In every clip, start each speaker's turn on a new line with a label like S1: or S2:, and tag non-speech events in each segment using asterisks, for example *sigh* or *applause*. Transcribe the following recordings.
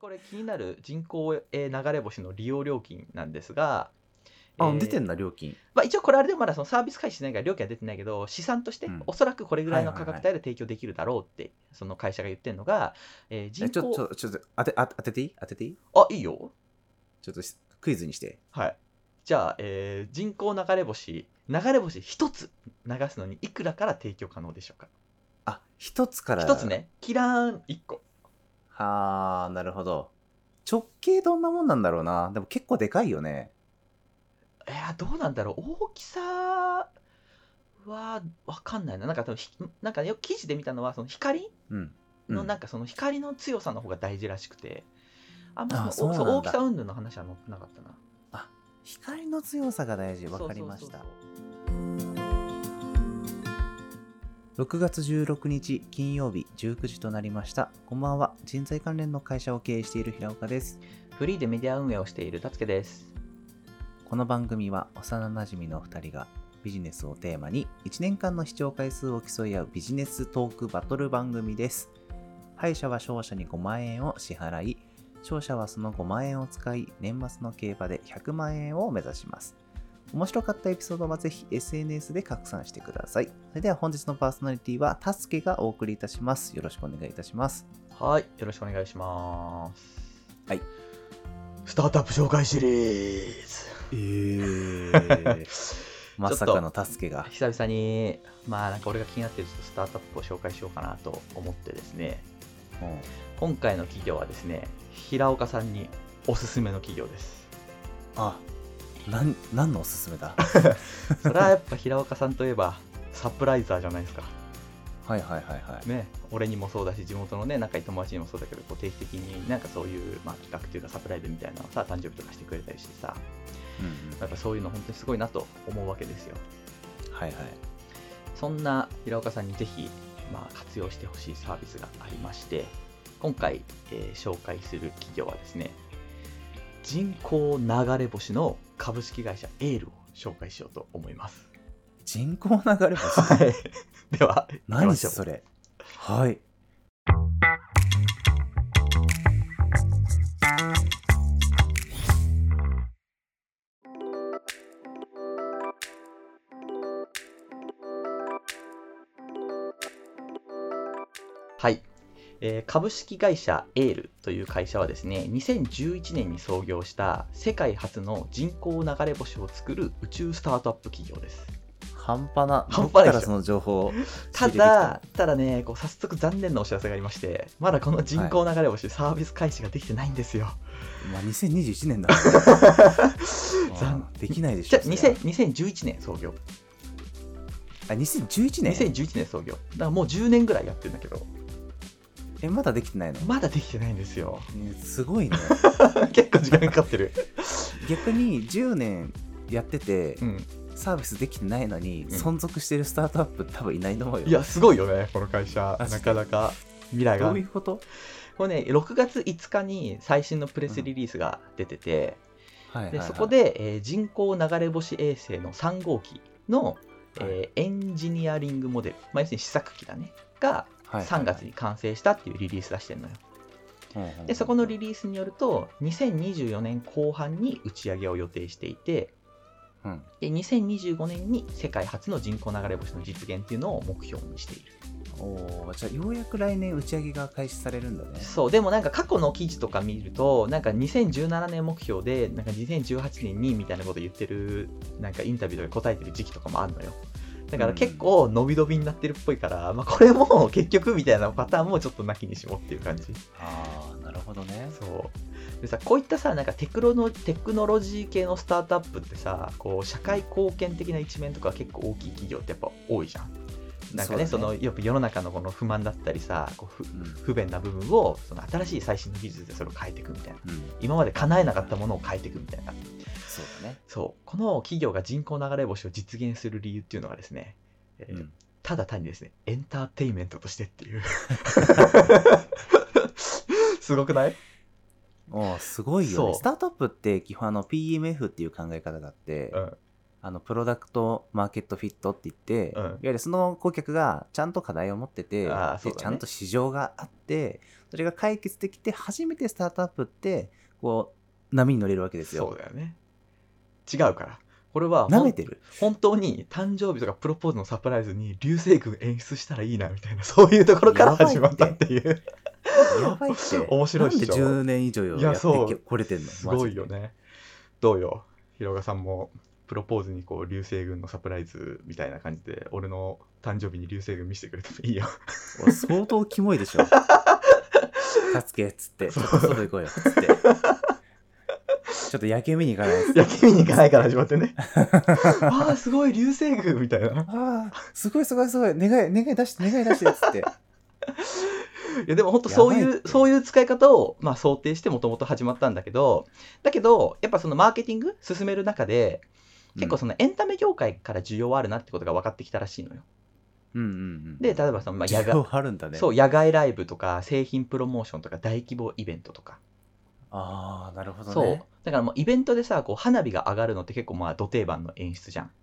S1: これ気になる人工えー流れ星の利用料金なんですが、
S2: あ、
S1: えー
S2: 出てんだ、料金。
S1: まあ、一応これあれでもまだそのサービス開始しないから料金は出てないけど試算として
S2: うん
S1: おそらくこれぐらいの
S2: はいは
S1: 価
S2: いはい
S1: 格帯で提供できるだろうってその会社が言ってるのが、えー
S2: え
S1: 人
S2: ちょっ
S1: 工
S2: と、ちょっと、当て、当て当てていい当てていい
S1: あいいよ
S2: ちょっとしクイズにして。
S1: はいじゃあ、えー人工流れ星流れ星一つ流すのにいくらから提供可能でしょうか
S2: あ、一つから。
S1: 一つ。ねキラーン一個
S2: はあ、なるほど。直径どんなもんなんだろうな。でも結構でかいよね。
S1: いやどうなんだろう大きさはわかんないななんか多分ひなんかよく記事で見たのはその光
S2: うん。うん
S1: のなんかその光の強さの方が大事らしくて、あんま
S2: あ
S1: その
S2: そうなん
S1: 大き
S2: だ
S1: さ云々の話は載ってなかったな。
S2: 光の強さが大事。わかりまし
S1: そ
S2: た
S1: う。そうそう
S2: 6月16日金曜日19時となりました。こんばんは。人材関連の会社を経営している平岡です。
S1: そうフリーでメディア運営をしているたつけです。
S2: この番組は幼なじみの2人がビジネスをテーマに1年間の視聴回数を競い合うビジネストークバトル番組です。敗者は勝者に5万円を支払い、勝者はその5万円を使い、年末の競馬で100万円を目指します。面白かったエピソードはぜひ SNS で拡散してください。それでは本日のパーソナリティはタスケがお送りいたします。よろしくお願いいたします。
S1: はい、よろしくお願いします。
S2: はい。
S1: スタートアップ紹介シリー
S2: え
S1: ーズ。
S2: *laughs* まさ
S1: ちょ
S2: か
S1: っと
S2: のタスケが。
S1: *laughs* 久々に、まあなんか俺が気になってるちょっとスタートアップを紹介しようかなと思ってですね、
S2: うん
S1: 今回の企業はですね、平岡さんにおすすめの企業です。
S2: あ、なん、何のおすすめだ
S1: それはやっぱ平岡さんといえば、サプライザーじゃないですか。
S2: はいはいはいはい。
S1: ね、俺にもそうだし地元のね仲いい友達にもそうだけどこう定期的になんかそういう、まあ、企画というかサプライズみたいなのをさ誕生日とかしてくれたりしてさ
S2: うんうん
S1: やっぱそういうの本当にすごいなと思うわけですよ
S2: はいはい。
S1: そんな平岡さんにぜひ、まあ、活用してほしいサービスがありまして今回、えー紹介する企業はですね人工流れ星の株式会社エールを紹介しようと思います
S2: 人工流れ星
S1: はい *laughs* では行きま
S2: 何
S1: しょう
S2: それはい。
S1: はい、えー株式会社エールという会社はですね2011年に創業した世界初の人工流れ星を作る宇宙スタートアップ企業です
S2: 半端な、
S1: 半端
S2: ど
S1: な
S2: っ
S1: い
S2: か
S1: で
S2: ら
S1: しょ
S2: その情報を
S1: た
S2: 仕入れてきの
S1: だ、ただねこう早速残念なお知らせがありましてまだこの人工流れ星、サービス開始ができてないんですよ
S2: まあ、2021年だ。
S1: 残
S2: *laughs* 残できないでし
S1: じ
S2: ょ。
S1: ゃあ2000 2011年創業
S2: あ、2011年
S1: 2011年創業だからもう10年ぐらいやってるんだけど
S2: え、まだできてないの、
S1: まだできてないんです
S2: *laughs*
S1: よ
S2: ねすごいね。
S1: 結構時間かかってる
S2: 逆に10年やってて
S1: う、ん
S2: サービスできてないのに、
S1: ん
S2: 存続してるスタートアップ多分いないと思うよ。
S1: いやすごいよねこの会社
S2: マジで
S1: なかなか未来
S2: ど
S1: が
S2: ういうこと
S1: これね、6月5日に最新のプレスリリースが出てて、
S2: はいはい
S1: で
S2: はい
S1: そこ、で、えー人工流れ星衛星の3号機の、
S2: はい
S1: えーエンジニアリングモデル、まあ、要するに試作機だね、が
S2: はいはいはい
S1: 3月に完成したっていうリリース出してるのよ。で、そこのリリースによると、2024年後半に打ち上げを予定していて、
S2: うん
S1: で2025年に世界初の人工流れ星の実現っていうのを目標にしている。
S2: おーじゃあようやく来年打ち上げが開始されるんだね。
S1: そうでもなんか過去の記事とか見るとなんか2017年目標でなんか2018年にみたいなこと言ってるなんかインタビューとか答えてる時期とかもあるのよだから結構伸び伸びになってるっぽいから、まあ、これも結局みたいなパターンもちょっとなきにしもっていう感じ
S2: ああ、なるほどね。
S1: そうでさこういったさなんかテクロのテクノロジー系のスタートアップってさこう社会貢献的な一面とか結構大きい企業ってやっぱ多いじゃんなんかねそ
S2: そうだ
S1: のよく世の中のこの不満だったりさこうふ
S2: うん
S1: 不便な部分をその新しい最新の技術でそれを変えていくみたいな
S2: うん、
S1: 今まで叶えなかったものを変えていくみたいな
S2: そうだね。
S1: そうこの企業が人工流れ星を実現する理由っていうのがですね、えー
S2: うん
S1: ただ単にですねエンターテインメントとしてって
S2: *laughs*
S1: いうすごくない
S2: おーすごいよ、
S1: そう
S2: ね。スタートアップって基本あの PMF っていう考え方があって、
S1: うん
S2: あのプロダクトマーケットフィットって言って、
S1: うん
S2: いわゆるその顧客がちゃんと課題を持ってて、
S1: あーそうだね
S2: でちゃんと市場があってそれが解決できて初めてスタートアップってこう波に乗れるわけです
S1: そ
S2: よ
S1: う。だよね違うからこれは
S2: なめてる
S1: 本当に誕生日とかプロポーズのサプライズに流星群演出したらいいなみたいなそういうところから始まったっていう
S2: やばいって
S1: 面白いっしょ
S2: なんで10年以上よ
S1: い
S2: や
S1: や
S2: って
S1: そう
S2: これてんの
S1: すごいよ
S2: マジで
S1: ねどうよひろがさんもプロポーズにこう流星群のサプライズみたいな感じで俺の誕生日に流星群見せてくれてもいいよ
S2: お相当キモいで *laughs* しょ。たつけっつって、
S1: そ
S2: ちょ
S1: う
S2: っと外行こうよっつって。ちょっと夜景見に行かな
S1: *laughs*
S2: い
S1: いや君に行かないから始まって *laughs* ねああすごい流星群みたいな
S2: ああ、すごいすごいすごい。願い、願い出して、願い出してっつって。
S1: いやでも本当そう
S2: やば
S1: い
S2: いっ
S1: う
S2: て
S1: そういう使い方をまあ想定してもともと始まったんだけどだけどやっぱそのマーケティング進める中で *laughs* 結構そのエンタメ業界から需要はあるなってことが分かってきたらしいのよ。
S2: うん、うんうんうん。
S1: で例えばそのまあ野
S2: 需
S1: 外
S2: 要あるんだね。
S1: そう野外ライブとか製品プロモーションとか大規模イベントとか
S2: ああ、なるほど
S1: そう,、
S2: ね。
S1: だからもうイベントでさこう花火が上がるのって結構まあ土定番の演出じゃんだか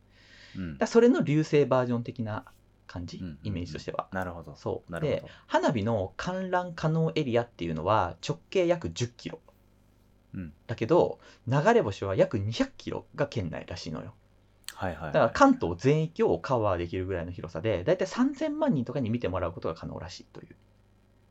S2: そう。ん
S1: ら、それの流星バージョン的な感じ、
S2: うんうんうん
S1: イメージとしては
S2: なるほど。
S1: そう
S2: なる
S1: で
S2: ほど。
S1: 花火の観覧可能エリアっていうのは直径約10キロ、
S2: うん
S1: だけど流れ星は約200キロが県内らしいのよ
S2: はいはい、は
S1: だ
S2: い。
S1: から関東全域をカバーできるぐらいの広さでだいたい3000万人とかに見てもらうことが可能らしいという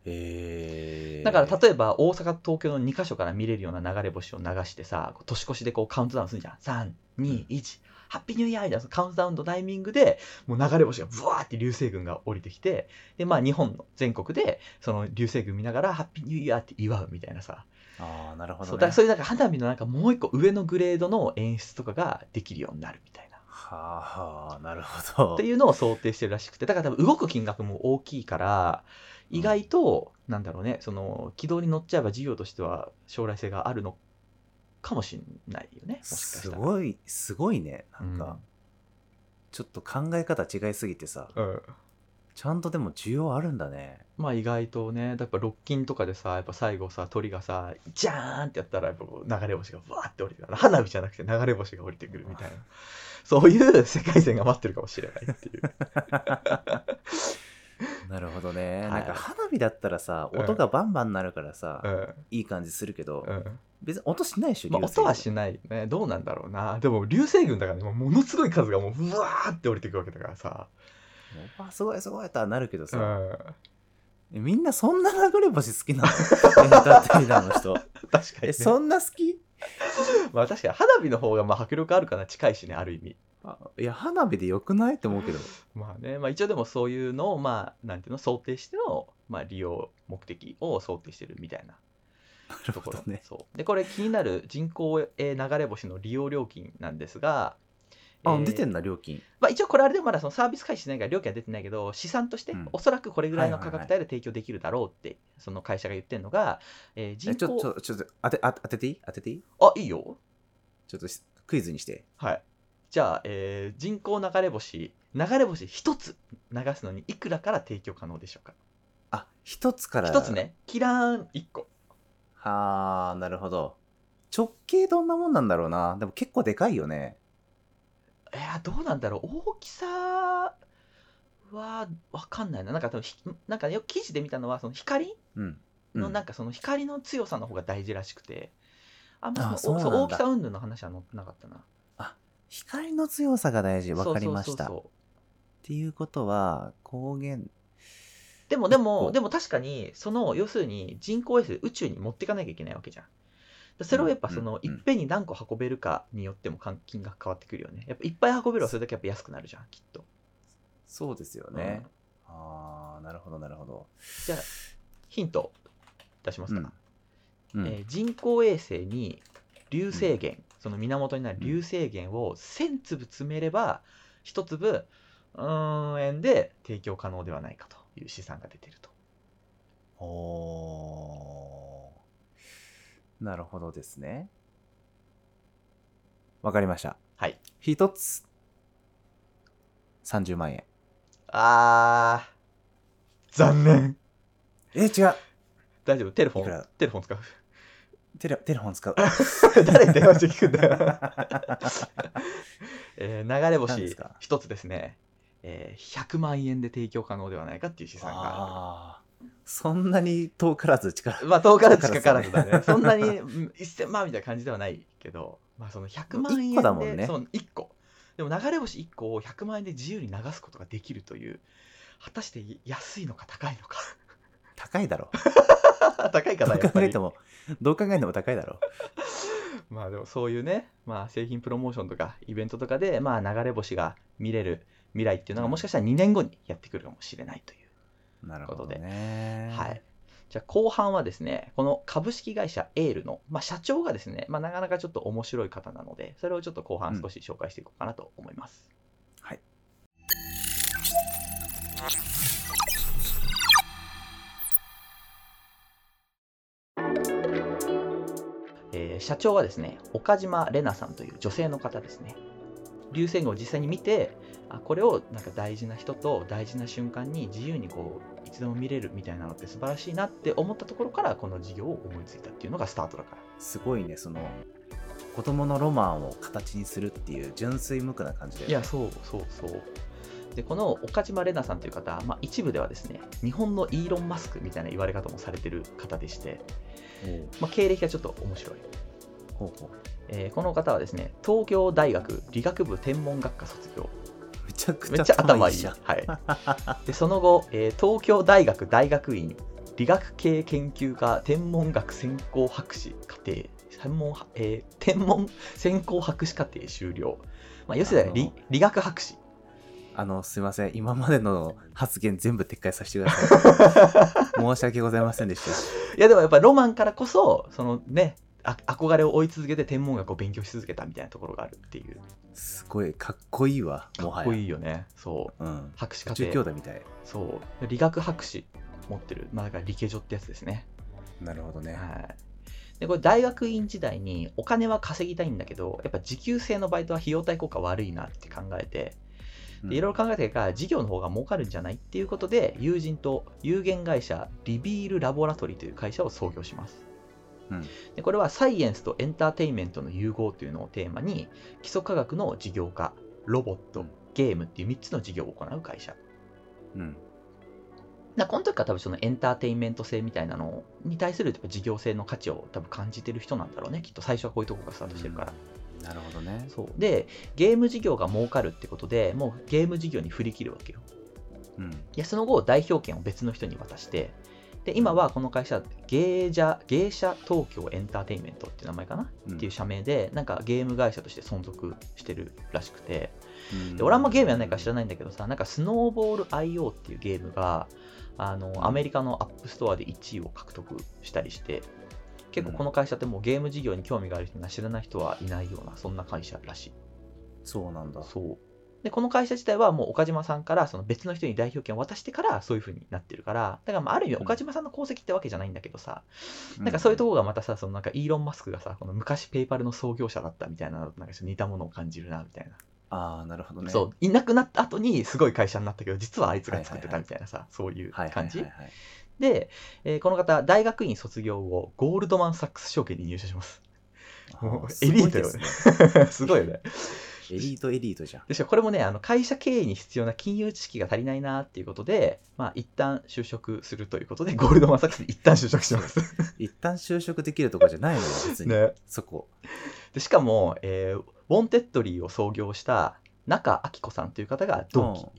S2: えー、
S1: だから例えば大阪東京の2カ所から見れるような流れ星を流してさこう年越しでこうカウントダウンするじゃん321ハッピーニューイヤーみたいなそのカウントダウンのタイミングでもう流れ星がブワーって流星群が降りてきてでまあ日本の全国でその流星群見ながらハッピーニューイヤーって祝うみたいなさ
S2: ああ、なるほ
S1: そ
S2: ど、ね。
S1: うだからそういうなんか花火のなんかもう一個上のグレードの演出とかができるようになるみたいな
S2: はあ、はあ、なるほど。
S1: っていうのを想定してるらしくてだから多分動く金額も大きいから意外と、なんだろうねその軌道に乗っちゃえば事業としては将来性があるのかもしれないよねもしかした
S2: す
S1: ら
S2: ごい、すごいね。なんか、
S1: うん
S2: ちょっと考え方違いすぎてさ、
S1: うん
S2: ちゃんとでも需要あるんだね。
S1: まあ意外とねやっぱロッキンとかでさやっぱ最後さ鳥がさジャーンってやったらやっぱこう流れ星がわーって降りてくる花火じゃなくて流れ星が降りてくるみ
S2: *laughs*
S1: たいなそういう世界線が待ってるかもしれないって
S2: *laughs*
S1: いう
S2: なるほどね、
S1: はい
S2: なんか花火だったらさ
S1: うん
S2: 音がバンバンなるからさ、
S1: うん
S2: いい感じするけど、
S1: うん
S2: 別に音しないでしょ、
S1: まあ、
S2: 流星
S1: 音はしないねどうなんだろうなでも流星群だからねもうものすごい数がもううわーって降りてくわけだからさ
S2: もうわすごいすごいとはなるけど
S1: う
S2: さ、 *laughs*
S1: ん
S2: みんなそんな流れ星好きなのエンターテイナーの
S1: *laughs*
S2: 人
S1: 確かに、
S2: え
S1: ね、
S2: そんな好き
S1: まあ確かに花火の方がまあ迫力あるかな近いしねある意味
S2: あいや花火でよくないって思うけど
S1: まあね、まあ、一応でもそういうのをまあなんていうの想定しての、まあ、利用目的を想定してるみたいな
S2: る
S1: と
S2: ほ
S1: こ
S2: ど
S1: ろ、
S2: ね
S1: そうでこれ気になる人工えー流れ星の利用料金なんですが
S2: あ、
S1: えー
S2: 出てんな料金
S1: まあ、一応これあれでもまだそのサービス開始しないから料金は出てないけど試算として
S2: うん
S1: おそらくこれぐらいの
S2: はいは
S1: 価
S2: いはい
S1: 格帯で提供できるだろうってその会社が言ってるのが、えー
S2: え
S1: 人
S2: ちょち
S1: 口
S2: ょちょっと当てあ当てていい当てていい
S1: あいいよ
S2: ちょっとしクイズにして
S1: はいじゃあ、えー人工流れ星流れ星一つ流すのにいくらから提供可能でしょうか
S2: あ一つから
S1: 一つねキラーン一個
S2: はあなるほど直径どんなもんなんだろうなでも結構でかいよね
S1: いやどうなんだろう大きさはわかんないななんか多分ひなんかよく記事で見たのはその光
S2: うんうん
S1: のなんかその光の強さの方が大事らしくて、あんま
S2: あ
S1: その
S2: そうなん
S1: 大き
S2: だ
S1: さ云々の話は載ってなかったな。
S2: 光の強さが大事分かりま
S1: そう
S2: し
S1: そう
S2: た
S1: そう
S2: っ
S1: そう
S2: ていうことは光源
S1: でもで
S2: 結構
S1: もでも確かにその要するに人工衛星宇宙に持っていかなきゃいけないわけじゃん。それをやっぱその
S2: うん
S1: い
S2: うん
S1: っぺんに何個運べるかによっても換金額変わってくるよね。やっぱいっぱい運べるはそれだけやっぱ安くなるじゃんきっと。
S2: そうですよね、ああなるほどなるほど
S1: ヒント出しますか。
S2: うん、
S1: えー人工衛星に流星源、その源になる流星源を1000粒詰めれば1粒うーん円で提供可能ではないかという試算が出てると。
S2: おーなるほどですねわかりました
S1: はい
S2: 一つ30万円
S1: あー残念
S2: え違う
S1: 大丈夫テレフォ
S2: いくら
S1: ンテレフォン使う *laughs*
S2: テレテレフォン使う。
S1: 誰に電話して聞くんだ
S2: *laughs*
S1: よ、えー流れ
S2: 何で
S1: 星
S2: すか
S1: 一つですね、えー100万円で提供可能ではないかっていう資産があ
S2: あーそんなに遠からず力
S1: るまあ遠からず近からず
S2: 近か
S1: だ *laughs*
S2: らずだ
S1: ねそ
S2: ね
S1: んなにうん1000万みたいな感じではないけど、まあ、その100万円で
S2: 一個だもんね
S1: そう1個でも流れ星1個を100万円で自由に流すことができるという果たして安いのか高いのか *laughs*
S2: 高いだろ。
S1: 高いか
S2: ど
S1: な
S2: う
S1: *laughs* やっ
S2: 考
S1: ぱ
S2: え
S1: り
S2: ても、どう考えても高いだろ。
S1: まあでもそういうね、まあ、製品プロモーションとかイベントとかで、まあ、流れ星が見れる未来っていうのがもしかしたら2年後にやってくるかもしれないという。
S2: なるほどね。
S1: はい。じゃあ後半はですね、この株式会社エールの、まあ、社長がですね、まあ、なかなかちょっと面白い方なので、それをちょっと後半少し紹介していこうかなと思います。
S2: はい。
S1: えー社長はですね、岡島玲奈さんという女性の方ですね。流星群を実際に見て、あこれをなんか大事な人と大事な瞬間に自由にこういつでも見れるみたいなのって素晴らしいなって思ったところからこの事業を思いついたっていうのがスタートだから。
S2: すごいね、その、子供のロマンを形にするっていう純粋無垢な感じで。
S1: いや、そうそうそう。で、この岡島玲奈さんという方、まあ、一部ではですね、日本のイーロン・マスクみたいな言われ方もされてる方でして、まあ、経歴がちょっと面白い、
S2: ほうほう。
S1: えーこの方はですね、東京大学理学部天文学科卒業。
S2: めちゃく
S1: めっ
S2: ち
S1: ち
S2: ゃ
S1: ゃ頭
S2: 頭い
S1: い
S2: い
S1: い。
S2: じゃん。 *laughs*
S1: はい、で、その後、えー東京大学大学院理学系研究科天文学専攻博士課程、専門、えー天文専攻博士課程修了。まあ、要するに理理学博士。
S2: あの、すいません。今までの発言全部撤回させてください。
S1: *laughs*
S2: 申し訳ございませんでした。
S1: いやでもやっぱりロマンからこそそのねあ憧れを追い続けて天文学を勉強し続けたみたいなところがあるっていう
S2: すごい、かっこいいわ。
S1: か
S2: もは
S1: っ
S2: や。
S1: こいいよねそう
S2: うん。
S1: 博士課
S2: 途中兄
S1: 程
S2: 弟みたい。
S1: そう理学博士持ってるまあだから理系女ってやつですね
S2: なるほどね。
S1: はいでこれ大学院時代にお金は稼ぎたいんだけどやっぱ時給制のバイトは費用対効果悪いなって考えて
S2: うん
S1: でいろいろ考えてから事業の方が儲かるんじゃないっていうことで友人と有限会社リビールラボラトリーという会社を創業します
S2: うん
S1: でこれはサイエンスとエンターテインメントの融合というのをテーマに基礎科学の事業化ロボットゲームっていう3つの事業を行う会社
S2: うん。
S1: だからこの時から多分そのエンターテインメント性みたいなのに対するやっぱ事業性の価値を多分感じてる人なんだろうねきっと最初はこういうとこからスタートしてるから、
S2: うんなるほどね。
S1: そうでゲーム事業が儲かるってことでもうゲーム事業に振り切るわけよ
S2: うん。
S1: でその後代表権を別の人に渡してで今はこの会社ゲージャ芸者東京エンターテインメントっていう名前かなっていう社名で、なんかゲーム会社として存続してるらしくて、
S2: うん
S1: で俺あんまゲームやんないから知ら
S2: な
S1: ない
S2: い。
S1: んだけどさ、なんかスノーボール IO っていうゲームが、あのアメリカのアップストアで1位を獲得したりして、結構この会社ってもうゲーム事業に興味がある人な知らない人はいないような、そんな会社らしい。
S2: そうなんだ。
S1: そうでこの会社自体はもう岡島さんからその別の人に代表権を渡してからそういう風になってるからだからまあある意味
S2: うん
S1: 岡島さんの功績ってわけじゃないんだけどさ、なんかそういうところがまたさそのなんかイーロン・マスクがさこの昔ペイパルの創業者だったみたいなのとなんかちょっと似たものを感じるなみたいな、
S2: ああ、なるほどね。
S1: そういなくなった後にすごい会社になったけど実はあいつが作ってたみたいなさ、そういう
S2: はいはい
S1: 感じ、
S2: はいはい
S1: で、えーこの方大学院卒業後ゴールドマン・サックス証券に入社します *laughs*
S2: あー
S1: もう
S2: すごい
S1: エリートよ
S2: ですね
S1: すごいよね
S2: エリートエリートじゃん。
S1: でしかもこれもねあの会社経営に必要な金融知識が足りないなっていうことで、まあ、一旦就職するということでゴールドマン・サックスに一旦就職します、
S2: 一旦就職できるとこじゃないのよ、別に。
S1: *laughs* ね、
S2: そこ。
S1: でしかも、えーウォンテッドリーを創業した中明子さんという方が同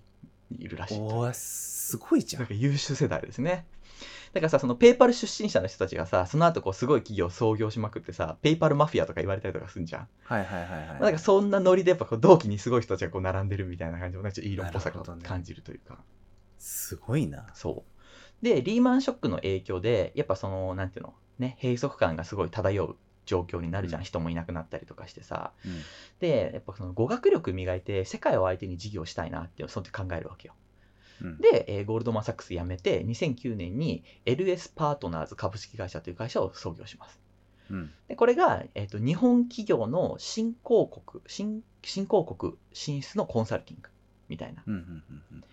S1: 期にいるらしいと
S2: おお、すごいじ
S1: *laughs*
S2: ゃ
S1: なん
S2: ん。
S1: か優秀世代ですねだからさそのペイパル出身者の人たちがさその後こうすごい企業を創業しまくってさペイパルマフィアとか言われたりとかすんじゃん、
S2: はいはいはいはい。
S1: まあなんかそんなノリでやっぱこう同期にすごい人たちがこう並んでるみたいな感じもなんかちょっとイーロンっぽさ
S2: な
S1: が
S2: るほどね
S1: 感じるというか
S2: すごいな。
S1: そう。で、リーマンショックの影響で、やっぱその、なんていうの、ね、閉塞感がすごい漂う状況になるじゃん、
S2: うん
S1: 人もいなくなったりとかしてさ。
S2: うん
S1: で、やっぱその語学力磨いて、世界を相手に事業したいなって、その時考えるわけよ。
S2: うん
S1: で、えーゴールドマン・サックス辞めて、2009年に LS パートナーズ株式会社という会社を創業します。
S2: うん
S1: で、これが、えっ、と、日本企業の新興国、新新興国進出のコンサルティングみたいな。
S2: うんうんうんうん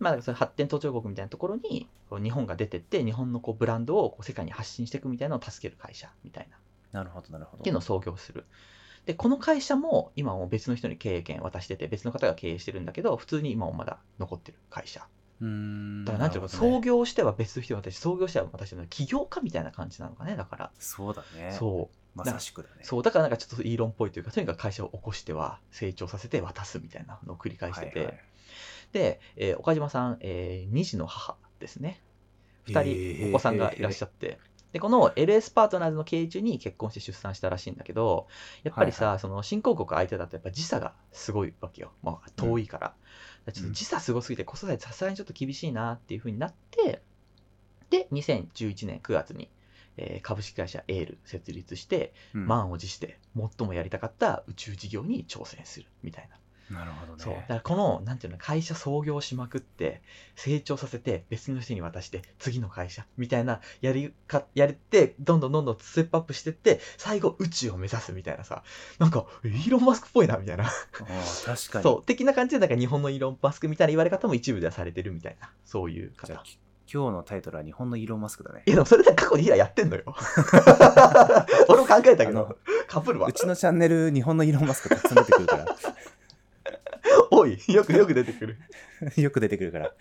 S1: まあ、だからその発展途上国みたいなところにこう日本が出てって日本のこうブランドをこう世界に発信していくみたいなのを助ける会社みたいな
S2: うんなるほどなるほど
S1: っていうのを創業する。で、この会社も今もう別の人に経営権渡してて、別の方が経営してるんだけど、普通に今もまだ残ってる会社。
S2: うーん
S1: だからなんていうの、
S2: なるほど
S1: 創
S2: ね
S1: 業しては別の人が私、創業しては私の起業家みたいな感じなのかね、だから。
S2: そうだね
S1: そう。
S2: まさしくだね
S1: そう、だからなんかちょっとイーロンっぽいというか、とにかく会社を起こしては成長させて渡すみたいなのを繰り返してて。
S2: はいはい
S1: で、えー岡島さん、えー、2児の母ですね。2
S2: へ
S1: 人
S2: ー
S1: お子さんがいらっしゃって。で、この LS パートナーズの経営中に結婚して出産したらしいんだけど、やっぱりさ、
S2: はい
S1: その新興国相手だとやっぱ時差がすごいわけよ。まあ、遠いから。だからちょっと時差すごすぎて子育てさすがにちょっと厳しいなっていうふうになって、で、2011年9月に、えー株式会社エール設立して、
S2: うん
S1: 満を持して最もやりたかった宇宙事業に挑戦するみたいな。
S2: なるほどね
S1: そうだからこのなんていうの会社創業しまくって成長させて別の人に渡して次の会社みたいなやりかやりってどんどんどんどんステップアップしてって最後宇宙を目指すみたいなさなんかイーロン・マスクっぽいなみたいな
S2: あー確かに
S1: そう的な感じでなんか日本のイーロン・マスクみたいな言われ方も一部ではされてるみたいなそういう
S2: じゃあ
S1: 方
S2: き今日のタイトルは日本のイーロン・マスクだね
S1: いやでもそれで過去に以来やって
S2: *laughs*
S1: んのよ俺も考えたけ
S2: あの
S1: どかぶるわ
S2: うちのチャンネル日本のイーロン・マスクたくさん出てくるから *laughs*
S1: おいよくよく出てくる
S2: よく出てくるから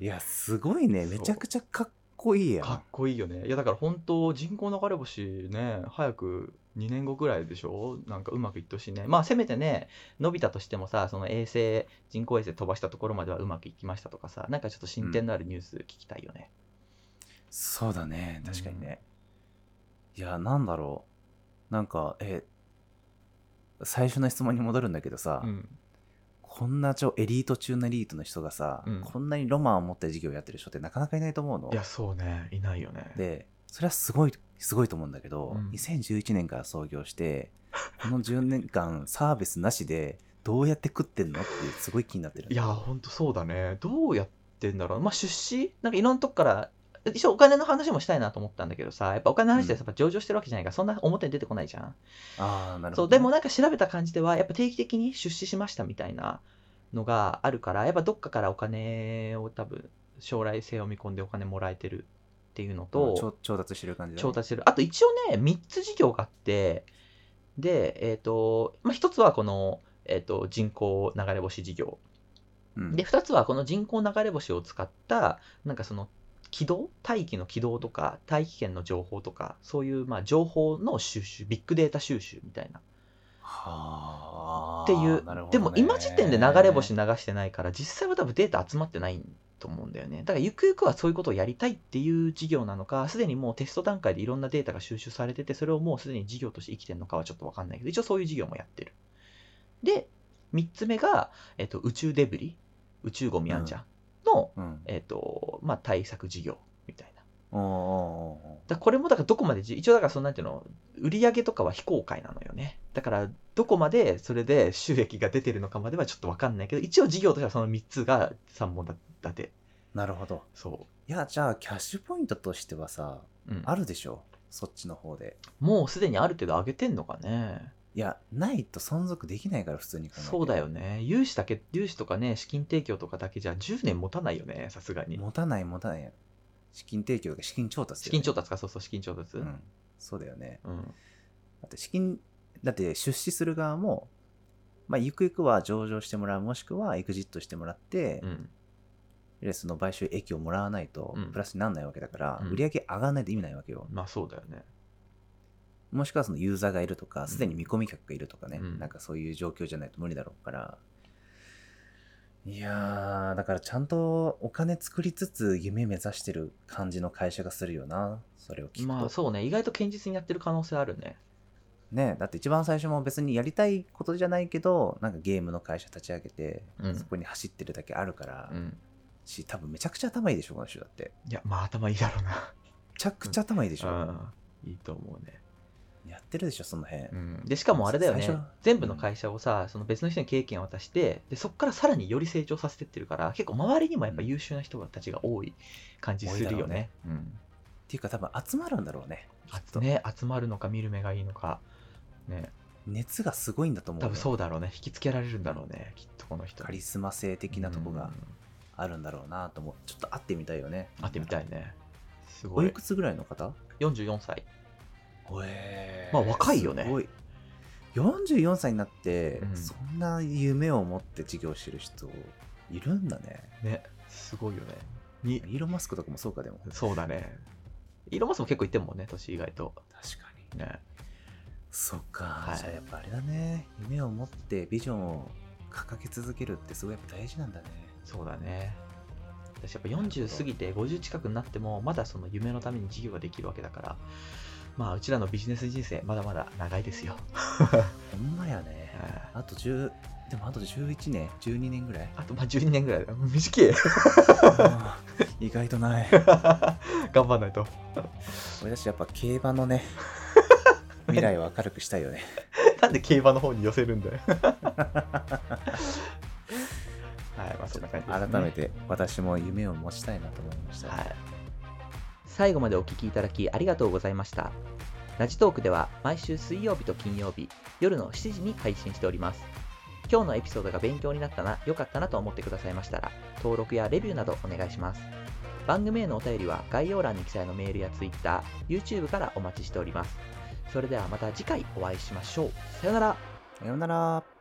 S2: いやすごいねめちゃくちゃかっこいいやん
S1: かっこいいよねいやだから本当人工流れ星ね早く2年後ぐらいでしょなんかうまくいってほしいねまあせめてね伸びたとしてもさその衛星人工衛星飛ばしたところまではうまくいきましたとかさなんかちょっと進展のあるニュース聞きたいよね、
S2: そうだね確かにね、いやなんだろうなんかえ最初の質問に戻るんだけどさ、
S1: うん
S2: こんなちょエリート中のエリートの人がさ、
S1: うん
S2: こんなにロマンを持って事業やってる人ってなかなかいないと思うの
S1: いやそうねいないよね
S2: でそれはすごいすごいと思うんだけど、
S1: うん
S2: 2011年から創業してこの10年間サービスなしでどうやって食ってんのってすごい気になってるんだ
S1: い
S2: け
S1: や
S2: ど
S1: 本当そうだねどうやってんだろうまあ出資なんかいろんなとこから一応お金の話もしたいなと思ったんだけどさやっぱお金の話ってやっぱ上場してるわけじゃないから、そんな表に出てこないじゃん
S2: あーなるほ
S1: そう
S2: どね、
S1: でもなんか調べた感じではやっぱ定期的に出資しましたみたいなのがあるからやっぱどっかからお金を多分将来性を見込んでお金もらえてるっていうの
S2: うん
S1: と
S2: 調調達してる感じだ、ね、
S1: 調達してるあと一応ね3つ事業があってでえっ、と、まあ、1つはこの、えー、と人工流れ星事業
S2: うん
S1: で2つはこの人工流れ星を使ったなんかその軌道大気の軌道とか大気圏の情報とかそういうまあ情報の収集ビッグデータ収集みたいな
S2: はあ
S1: っていう、
S2: なるほ
S1: で
S2: どね
S1: も今時点で流れ星流してないから実際は多分データ集まってないと思うんだよねだからゆくゆくはそういうことをやりたいっていう事業なのかすでにもうテスト段階でいろんなデータが収集されててそれをもうすでに事業として生きてるのかはちょっと分かんないけど一応そういう事業もやってるで3つ目が、えっと、宇宙デブリ宇宙ゴミあんじゃんの、
S2: うん
S1: えっとまあ、対策事業みたいな
S2: おーおーおーお
S1: だからこれもだからどこまでじ一応だからそのなんていうの売り上げとかは非公開なのよねだからどこまでそれで収益が出てるのかまではちょっと分かんないけど一応事業としてはその3つが3本立て
S2: ーなるほど
S1: そ
S2: いやじゃあキャッシュポイントとしてはさ
S1: う、うん、
S2: あるでしょそっちの方で
S1: もうすでにある程度上げてんのかね
S2: いやないと存続できないから普通に考えて
S1: そうだよね融資だけ融資とかね資金提供とかだけじゃ10年持たないよねさすがに
S2: 持たない持たない資金提供が資金調達
S1: 資
S2: だよね
S1: 金調達かそうそう資金調達、
S2: うん、そうだよね
S1: うん
S2: だって資金だって出資する側も、まあ、ゆくゆくは上場してもらうもしくはエグジットしてもらって、
S1: うん
S2: レースの買収益をもらわないと
S1: うん
S2: プラスにならないわけだから、
S1: うん
S2: 売り上げ上がらないと意味ないわけよ、
S1: まあそうだよね
S2: もしくはそのユーザーがいるとか
S1: ん
S2: すでに見込み客がいるとかね、
S1: うん
S2: なんかそういう状況じゃないと無理だろうからいやーだからちゃんとお金作りつつ夢目指してる感じの会社がするよなそれを聞くと、
S1: まあそうね意外と堅実にやってる可能性あるね
S2: ねだって一番最初も別にやりたいことじゃないけどなんかゲームの会社立ち上げて、
S1: うん
S2: そこに走ってるだけあるから、
S1: うん
S2: し多分めちゃくちゃ頭いいでしょこの人だって
S1: いやまあ頭いいだろうな
S2: めちゃくちゃ頭いいでしょ、
S1: うんいいと思うね
S2: やってるでしょその辺、
S1: でしかもあれだよね
S2: 最初は
S1: 全部の会社をさ、その別の人に経験を渡してでそこからさらにより成長させてってるから結構周りにもやっぱ優秀な人たちが多い感じするよね。うん
S2: っていうか多分集まるんだろうね
S1: あとね集まるのか見る目がいいのか、ね、
S2: 熱がすごいんだと思う
S1: 多
S2: よ
S1: 分そうだろうね引きつけられるんだろうねきっとこの人
S2: カリスマ性的なとこ
S1: う
S2: が
S1: ん
S2: あるんだろうなと思うちょっと会ってみたいよね
S1: 会ってみたいねす
S2: お
S1: ご
S2: い
S1: い
S2: くつぐらいの方
S1: 44歳
S2: へー
S1: まあ若いよね
S2: すごい44歳になって、
S1: うん
S2: そんな夢を持って事業してる人いるんだね
S1: ねすごいよねに
S2: イーロン・マスクとかもそうかでも
S1: そうだね色もそも結構いってんもんね年意外と
S2: 確かに
S1: ね
S2: そっか、
S1: はい
S2: じゃあやっぱあれだね夢を持ってビジョンを掲げ続けるってすごいやっぱ大事なんだね
S1: そうだね私やっぱ
S2: なるほど
S1: 40過ぎて50近くになってもまだその夢のために事業ができるわけだからまあうちらのビジネス人生まだまだ長いですよ
S2: ほんまやね
S1: あ
S2: あと10でもあと11年12年
S1: *laughs*
S2: ぐらい
S1: あとまあ12年ぐらいだ短い *laughs*
S2: あー意外とない
S1: 頑張んないと
S2: 俺たちやっぱ競馬のね未来を明るくしたいよね
S1: なんで競馬の方に寄せるんだ
S2: *laughs*
S1: よはいまあ *laughs* そんな感じです、ね、
S2: 改めて私も夢を持ちたいなと思いました、
S1: はい、最後までお聞きいただきありがとうございましたラジトークでは毎週水曜日と金曜日夜の7時に配信しております今日のエピソードが勉強になったな良かったなと思ってくださいましたら登録やレビューなどお願いします番組へのお便りは概要欄に記載のメールや TwitterYouTube からお待ちしておりますそれではまた次回お会いしましょうさよなら
S2: さようなら